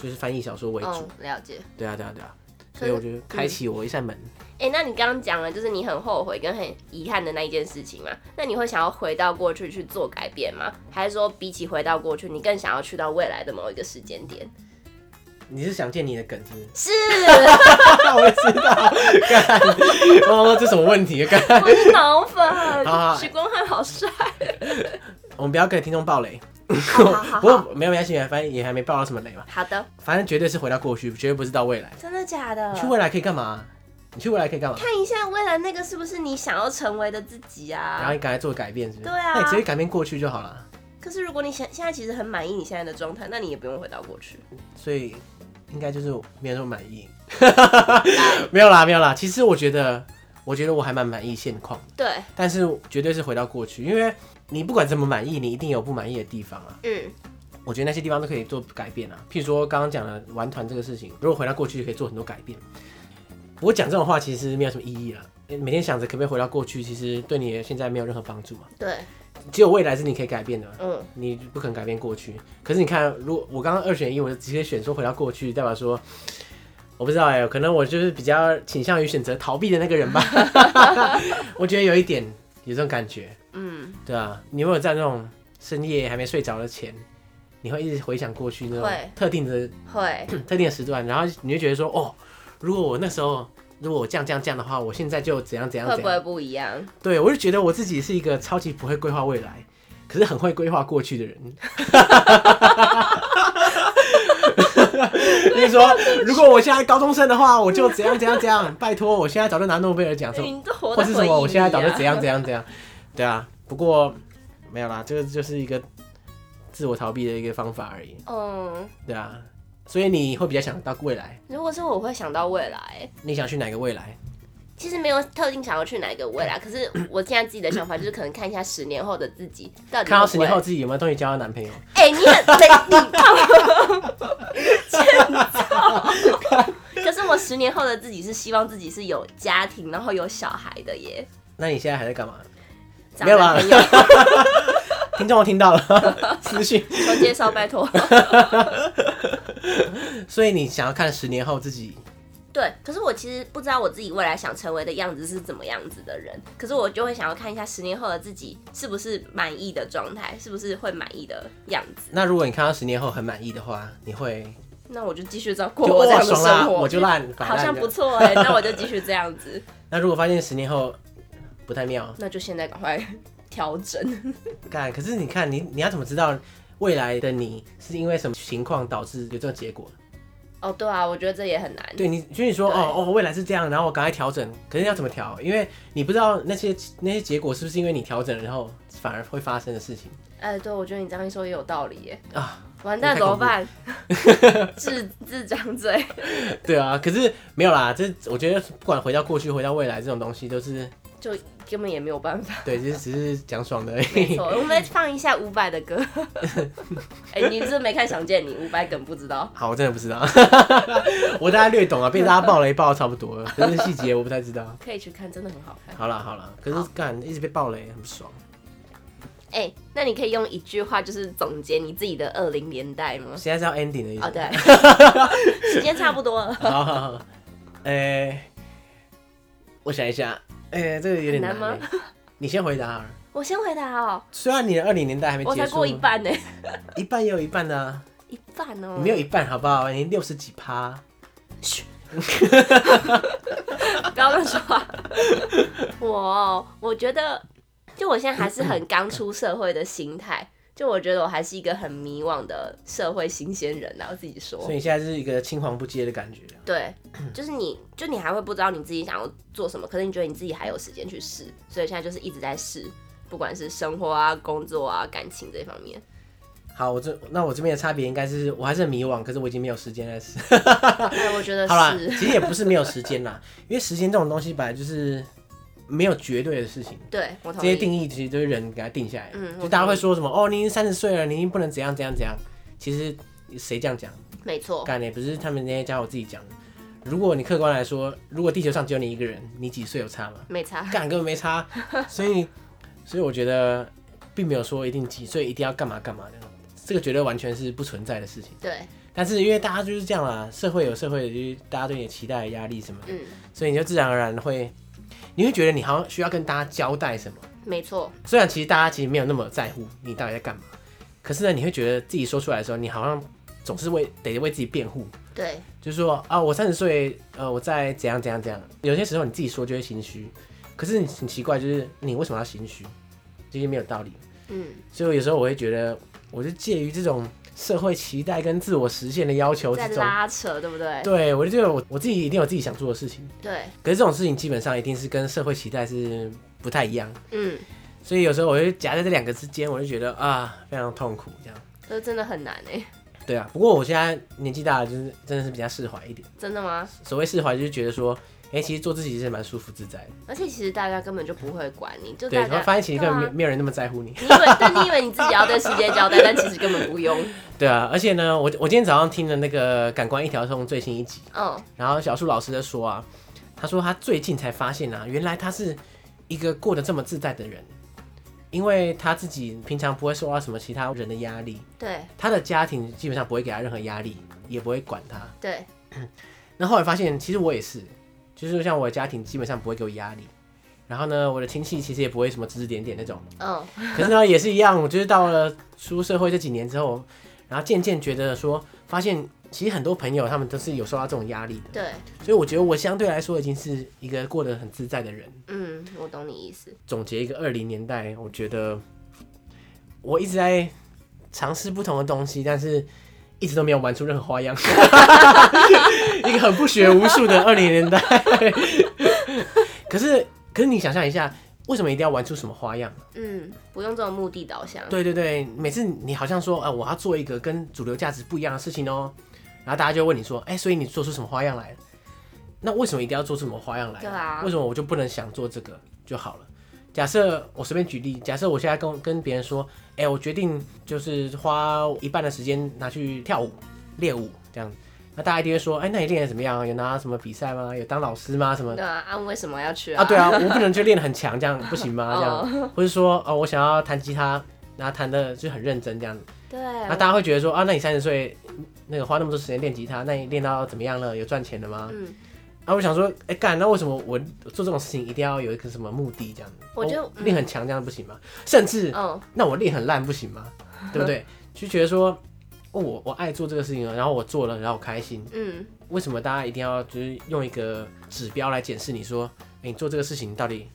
Speaker 2: 就是翻译小说为主。
Speaker 1: 嗯，了解。
Speaker 2: 对啊，对啊，对啊。
Speaker 1: 可
Speaker 2: 所
Speaker 1: 是
Speaker 2: 以我就开启我一扇门。
Speaker 1: 哎、那你刚刚讲了，就是你很后悔跟很遗憾的那一件事情嘛？那你会想要回到过去去做改变吗？还是说，比起回到过去，你更想要去到未来的某一个时间点？
Speaker 2: 你是 想见你的梗子？
Speaker 1: 是，
Speaker 2: 我知道，干，我说这什么问题？干，
Speaker 1: 我是脑粉
Speaker 2: 好，
Speaker 1: 许光汉好 帅。
Speaker 2: 我们不要给听众爆雷。
Speaker 1: 好好好
Speaker 2: 不过没有没关系，啊反正也还没爆到什么雷嘛。
Speaker 1: 好的，
Speaker 2: 反正绝对是回到过去，绝对不是到未来。
Speaker 1: 真的假的？
Speaker 2: 去未来可以干嘛？你去未来可以干嘛？
Speaker 1: 看一下未来那个是不是你想要成为的自己
Speaker 2: 然后
Speaker 1: 啊？
Speaker 2: 你赶快做改变，是不是？
Speaker 1: 对啊
Speaker 2: 那你直接改变过去就好了。
Speaker 1: 可是如果你现现在其实很满意你现在的状态，那你也不用回到过去。
Speaker 2: 所以应该就是没有那么满意。 没有啦，没有啦。其实我觉得，我觉得我还蛮满意现况，
Speaker 1: 对，
Speaker 2: 但是绝对是回到过去，因为你不管怎么满意，你一定有不满意的地方啊。
Speaker 1: 嗯，
Speaker 2: 我觉得那些地方都可以做改变啊。譬如说刚刚讲的玩团这个事情，如果回到过去就可以做很多改变。不过讲这种话其实没有什么意义啦，每天想着可不可以回到过去，其实对你现在没有任何帮助嘛。
Speaker 1: 对，
Speaker 2: 只有未来是你可以改变的嘛，啊
Speaker 1: 嗯，
Speaker 2: 你不可能改变过去。可是你看，如果我刚刚二选一，我就直接选说回到过去，代表说。我不知道哎、可能我就是比较倾向于选择逃避的那个人吧。 我觉得有一点有这种感觉，
Speaker 1: 嗯，
Speaker 2: 对啊，你有没有在那种深夜还没睡着的前，你会一直回想过去那种
Speaker 1: 会
Speaker 2: 特定的
Speaker 1: 会，
Speaker 2: 特定的时段，然后你就觉得说，哦，如果我那时候，如果我这样这样这样的话，我现在就怎样怎样
Speaker 1: 会
Speaker 2: 怎
Speaker 1: 不
Speaker 2: 样。
Speaker 1: 会不一样？
Speaker 2: 对我就觉得我自己是一个超级不会规划未来，可是很会规划过去的人。
Speaker 1: 啊
Speaker 2: 你说，如果我现在高中生的话，我就怎样怎样怎样。拜托，我现在早就拿诺贝尔奖，什么
Speaker 1: 你都活
Speaker 2: 或
Speaker 1: 在
Speaker 2: 是
Speaker 1: 回忆
Speaker 2: 什
Speaker 1: 里啊
Speaker 2: 么，我现在早就怎样怎样怎样。 对啊，不过没有啦，这个就是一个自我逃避的一个方法而已。
Speaker 1: 嗯，
Speaker 2: 对啊，所以你会比较想到未来。
Speaker 1: 如果是我会想到未来，
Speaker 2: 你想去哪个未来？
Speaker 1: 其实没有特定想要去哪一个未 来，可是我现在自己的想法就是可能看一下十年后的自己到底
Speaker 2: 看
Speaker 1: 会
Speaker 2: 到
Speaker 1: 不
Speaker 2: 十
Speaker 1: 会
Speaker 2: 年后，自己有没有东西交到男朋 友？
Speaker 1: 哎、你很雷，你看 我 可是我十年后的自己是希望自己是有家庭，然后有小孩的耶。
Speaker 2: 那你现在还在干嘛？
Speaker 1: 找
Speaker 2: 没有啦
Speaker 1: 男朋友，
Speaker 2: 听众都听到了 私讯，
Speaker 1: 我介绍，拜托。
Speaker 2: 所以你想要看十年后自己，
Speaker 1: 对，可是我其实不知道我自己未来想成为的样子是怎么样子的人，可是我就会想要看一下十年后的自己是不是满意的状态，是不是会满意的样子。
Speaker 2: 那如果你看到十年后很满意的话，你会
Speaker 1: 那我就继续照过
Speaker 2: 就
Speaker 1: 我这
Speaker 2: 哇
Speaker 1: 样的
Speaker 2: 爽啦，
Speaker 1: 生活，
Speaker 2: 我就烂，摆
Speaker 1: 好
Speaker 2: 烂
Speaker 1: 像
Speaker 2: 这
Speaker 1: 不
Speaker 2: 样。
Speaker 1: 错哎、那我就继续这样子，
Speaker 2: 那如果发现十年后不太妙，
Speaker 1: 那就现在赶快调整。
Speaker 2: 干，可是你看你你要怎么知道未来的你是因为什么情况导致有这种结果？
Speaker 1: 哦，对啊，我觉得这也很难。
Speaker 2: 对你，就是说
Speaker 1: 对
Speaker 2: 哦哦，未来是这样，然后我赶快调整。可是要怎么调？因为你不知道那些那些结果是不是因为你调整了，然后反而会发生的事情
Speaker 1: 哎，对，我觉得你这样一说也有道理耶。
Speaker 2: 啊。
Speaker 1: 完蛋
Speaker 2: 太
Speaker 1: 怎么
Speaker 2: 恐怖
Speaker 1: 办？自自张嘴。
Speaker 2: 对啊，可是没有啦，这我觉得不管回到过去、回到未来这种东西，都是
Speaker 1: 就根本也没有办法，
Speaker 2: 对，只是只是讲爽的而
Speaker 1: 没
Speaker 2: 已。
Speaker 1: 错。我们放一下伍佰的歌。 哎、你是不是没看《想见你》？伍佰梗不知道。
Speaker 2: 好，我真的不知道， 我大概略懂啊，被大家爆雷爆得差不多了，可是细节我不太知道。
Speaker 1: 可以去看，真的很好看。
Speaker 2: 好啦好啦，可是干一直被爆雷很不爽。
Speaker 1: 哎、那你可以用一句话就是总结你自己的二零年代吗？
Speaker 2: 现在是要 ending 的意思。
Speaker 1: 哦， 对，时间差不多了，
Speaker 2: 好好好，哎、我想一下，哎、这个有点
Speaker 1: 很
Speaker 2: 难,、
Speaker 1: 难吗
Speaker 2: 你先回答好了。
Speaker 1: 我先回答哦，
Speaker 2: 虽然你的二零年代还没结
Speaker 1: 我
Speaker 2: 束，
Speaker 1: 才过一，半呢，
Speaker 2: 一半也有一半的、啊，
Speaker 1: 一半哦，
Speaker 2: 你没有，一半好不好？你六十几趴，
Speaker 1: 不要乱说话。我哦 我觉得，就我现在还是很刚出社会的心 态，就我觉得我还是一个很迷惘的社会新鲜人啊，我自己说。
Speaker 2: 所以你现在是一个青黄不接的感觉。
Speaker 1: 对，就是你，就你还会不知道你自己想要做什么，可是你觉得你自己还有时间去试，所以现在就是一直在试，不管是生活啊、工作啊、感情这方 面。
Speaker 2: 好，我这那我这边的差别应该是我还是很迷惘，可是我已经没有时间来试。
Speaker 1: 哎，我觉得
Speaker 2: 好啦，
Speaker 1: 是，
Speaker 2: 其实也不是没有时间啦，因为时间这种东西本来就是没有绝对的事情，
Speaker 1: 对我
Speaker 2: 这
Speaker 1: 同
Speaker 2: 些
Speaker 1: 意。
Speaker 2: 定义其实都是人给它定下来的。
Speaker 1: 嗯
Speaker 2: 就大家会说什么哦，你已经三十岁了，你已经不能怎样怎样怎样。其实谁这样讲？
Speaker 1: 没错，
Speaker 2: 干也不是他们那些家伙自己讲的。如果你客观来说，如果地球上只有你一个人，你几岁有差吗？
Speaker 1: 没差。
Speaker 2: 干根本没差，所以所以我觉得并没有说一定几岁一定要干嘛干嘛的，这个绝对完全是不存在的事情。
Speaker 1: 对，
Speaker 2: 但是因为大家就是这样啦，社会有社会的，就是大家对你的期待、的压力什么的，
Speaker 1: 嗯，
Speaker 2: 所以你就自然而然会，你会觉得你好像需要跟大家交代什么。
Speaker 1: 没错，
Speaker 2: 虽然其实大家其实没有那么在乎你到底在干嘛，可是呢，你会觉得自己说出来的时候，你好像总是为得为自己辩护，
Speaker 1: 对，
Speaker 2: 就是说啊，我三十岁，呃，我在怎样怎样怎样。有些时候你自己说就会心虚，可是你很奇怪，就是你为什么要心虚？这些没有道理。
Speaker 1: 嗯，
Speaker 2: 所以有时候我会觉得，我是介于这种社会期待跟自我实现的要求
Speaker 1: 在
Speaker 2: 之中，
Speaker 1: 拉扯，对不对？
Speaker 2: 对，我就觉得我我自己一定有自己想做的事情，
Speaker 1: 对，
Speaker 2: 可是这种事情基本上一定是跟社会期待是不太一样，
Speaker 1: 嗯，
Speaker 2: 所以有时候我就夹在这两个之间，我就觉得啊非常痛苦这样。
Speaker 1: 这真的很难哎，
Speaker 2: 对啊，不过我现在年纪大了，就是真的是比较释怀一点。
Speaker 1: 真的吗？
Speaker 2: 所谓释怀，就是觉得说，哎、哎、其实做自己是蛮舒服自在的。
Speaker 1: 而且其实大家根本就不会管你，就
Speaker 2: 对，
Speaker 1: 大
Speaker 2: 然后
Speaker 1: 家
Speaker 2: 发现其实根本没
Speaker 1: 对
Speaker 2: 有
Speaker 1: 啊
Speaker 2: 没有人那么在乎你。
Speaker 1: 你以为对，你以为你自己要对世界 交代，但其实根本不用。
Speaker 2: 对啊，而且呢，我我今天早上听了那个《感官一条通》最新一集，
Speaker 1: 嗯，
Speaker 2: 然后小树老师在说啊，他说他最近才发现啊，原来他是一个过得这么自在的人，因为他自己平常不会受到什么其他人的压力，
Speaker 1: 对
Speaker 2: 他的家庭基本上不会给他任何压力，也不会管他。
Speaker 1: 对，
Speaker 2: 那后来发现，其实我也是，就是像我的家庭基本上不会给我压力，然后呢，我的亲戚其实也不会什么指指点点那种。
Speaker 1: 嗯
Speaker 2: 可是呢，也是一样，我就是到了出社会这几年之后，然后渐渐觉得说，发现其实很多朋友他们都是有受到这种压力的，
Speaker 1: 对，
Speaker 2: 所以我觉得我相对来说已经是一个过得很自在的人。
Speaker 1: 嗯，我懂你意思。
Speaker 2: 总结一个二零年代，我觉得我一直在尝试不同的东西，但是一直都没有玩出任何花样， 一个很不学无术的二零年代。 可是，可是你想象一下，为什么一定要玩出什么花样？
Speaker 1: 嗯，不用这种目的导向。
Speaker 2: 对对对，每次你好像说，啊，我要做一个跟主流价值不一样的事情哦，然后大家就会问你说，哎、所以你做出什么花样来了？那为什么一定要做出什么花样来？
Speaker 1: 对啊
Speaker 2: 为什么我就不能想做这个就好了？假设我随便举例，假设我现在跟跟别人说，哎、我决定就是花一半的时间拿去跳舞、练舞这样，那大家一定会说，哎、那你练的怎么样？有拿什么比赛吗？有当老师吗？什么？
Speaker 1: 对啊，啊，哦为什么要去
Speaker 2: 啊，对啊，我不能就练得很强，这样不 行吗？这样，或者说，哦，我想要弹吉他，然后弹的就很认真这样子，
Speaker 1: 对，
Speaker 2: 那大家会觉得说，啊，那你三十岁，那个花那么多时间练吉他，那你练到怎么样了？有赚钱了吗？
Speaker 1: 嗯，
Speaker 2: 啊，我想说，哎、干，那为什么我做这种事情一定要有一个什么目的这样子？
Speaker 1: 我就嗯
Speaker 2: 练很强这样不行吗？甚至，
Speaker 1: 嗯，
Speaker 2: 那我练很烂不行吗？对 不对？就觉得说，哦，我我爱做这个事情了，然后我做了，然后我开心，
Speaker 1: 嗯，
Speaker 2: 为什么大家一定要就是用一个指标来检视你说，哎诶你做这个事情到底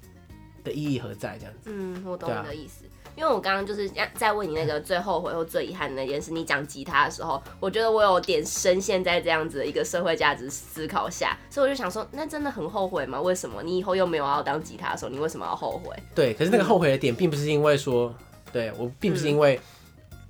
Speaker 2: 的意义何在？这样子，
Speaker 1: 嗯，我懂
Speaker 2: 对啊
Speaker 1: 你的意思。因为我刚刚就是在问你那个最后悔或最遗憾的那件事，你讲吉他的时候，我觉得我有点深陷在这样子的一个社会价值思考下，所以我就想说，那真的很后悔吗？为什么你以后又没有要当吉他手，你为什么要后悔？
Speaker 2: 对。可是那个后悔的点，并不是因为说，对我并不是因为，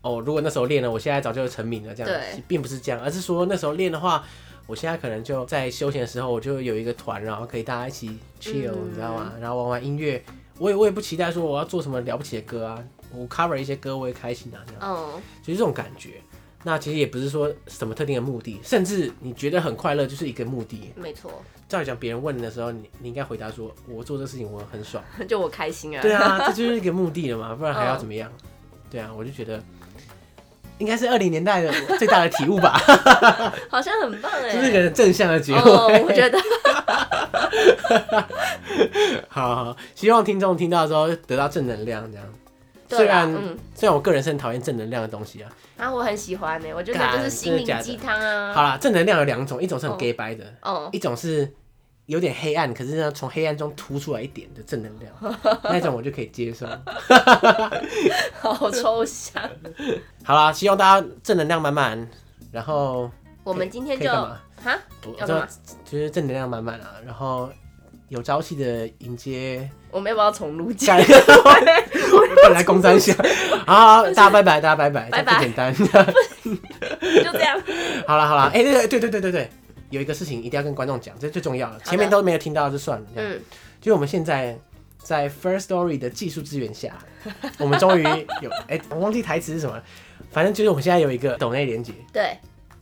Speaker 2: 哦，如果那时候练了，我现在早就成名了这样
Speaker 1: 对
Speaker 2: 子，并不是这样，而是说那时候练的话，我现在可能就在休闲的时候，我就有一个团，然后可以大家一起 chill，、
Speaker 1: 嗯
Speaker 2: 你知道吗？然后玩玩音乐，我也我也不期待说我要做什么了不起的歌啊，我 cover 一些歌我也开心啊，这样。
Speaker 1: 嗯，
Speaker 2: 就是这种感觉。那其实也不是说什么特定的目的，甚至你觉得很快乐就是一个目的。
Speaker 1: 没错，
Speaker 2: 照理讲，别人问的时候，你你应该回答说：“我做这事情我 很爽。
Speaker 1: 就我开心”啊。
Speaker 2: 对啊，这就是一个目的了嘛，不然还要怎么样？
Speaker 1: 嗯
Speaker 2: 对啊，我就觉得应该是二零年代的最大的体 悟吧，
Speaker 1: 好像很棒哎、
Speaker 2: 这是一个很正向的结
Speaker 1: 哦，我
Speaker 2: 尾。
Speaker 1: 觉得
Speaker 2: 好好，好希望听众听到之后得到正能量，这样。虽
Speaker 1: 对啦
Speaker 2: 然、
Speaker 1: 嗯
Speaker 2: 虽然我个人是很讨厌正能量的东西啊，
Speaker 1: 啊，我很喜欢呢、我觉得
Speaker 2: 干
Speaker 1: 就是心
Speaker 2: 真的假
Speaker 1: 灵
Speaker 2: 的
Speaker 1: 鸡汤啊。
Speaker 2: 好啦，正能量有两种，一种是很
Speaker 1: 哦
Speaker 2: gay 白的，
Speaker 1: 哦，
Speaker 2: 一种是有点黑暗，可是呢从黑暗中突出来一点的正能量， 那种我就可以接受。
Speaker 1: 好抽象。
Speaker 2: 好啦，希望大家正能量满满，然后
Speaker 1: 我们今天
Speaker 2: 可以
Speaker 1: 就
Speaker 2: 干嘛
Speaker 1: 哈，
Speaker 2: 我
Speaker 1: 要干嘛？
Speaker 2: 就是正能量满满啊，然后有朝气的迎接
Speaker 1: 我们要不要重录
Speaker 2: 下
Speaker 1: 讲？
Speaker 2: 一个。 本来公三下， 好，大家拜拜，大家拜拜，
Speaker 1: 拜
Speaker 2: 这样
Speaker 1: 拜
Speaker 2: 不简单。
Speaker 1: 就这样。
Speaker 2: 好了好了，哎、对对对对对对，有一个事情一定要跟观众讲，这最重要了，前面都没有听到就算了。这样
Speaker 1: 嗯，
Speaker 2: 就我们现在在 First Story 的技术支援下，我们终于有哎、我忘记台词是什么了，反正就是我们现在有一个抖内连接。
Speaker 1: 对。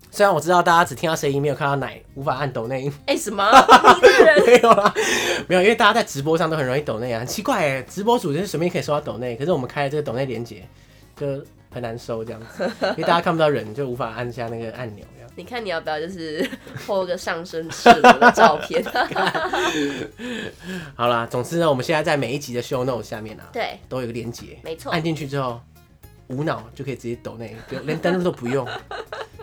Speaker 2: 虽然我知道大家只听到声音，没有看到奶，无法按抖内，
Speaker 1: 哎、什么？你这人
Speaker 2: 没有啦，没有，因为大家在直播上都很容易抖内啊，很奇怪哎，直播主就是随便可以收到抖内，可是我们开了这个抖内连接，就很难收这样子，因为大家看不到人，就无法按下那个按钮这样。
Speaker 1: 你看你要不要就是 po 个上身赤裸的照片？
Speaker 2: 好啦，总之呢，我们现在在每一集的 show note 下面啊，
Speaker 1: 对，
Speaker 2: 都有一个连接，
Speaker 1: 没错
Speaker 2: 按进去之后，无脑就 可以直接抖内，不用连登录都 不用，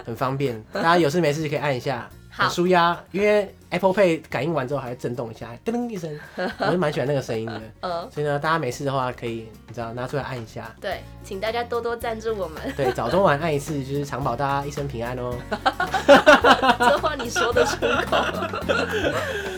Speaker 2: 很方便。大家有事没事可以按一下，
Speaker 1: 好
Speaker 2: 很舒压，因为 Apple Pay 感应完之后还会震动一下，噔噔 一声，我就蛮喜欢那个声音的。
Speaker 1: 呃，
Speaker 2: 所以呢，大家没事的话可以，你知道拿出来按一下，
Speaker 1: 对，请大家多多赞助我们，
Speaker 2: 对，早中晚按一次，就是长保大家一生平安哦。
Speaker 1: 这话你说得出口？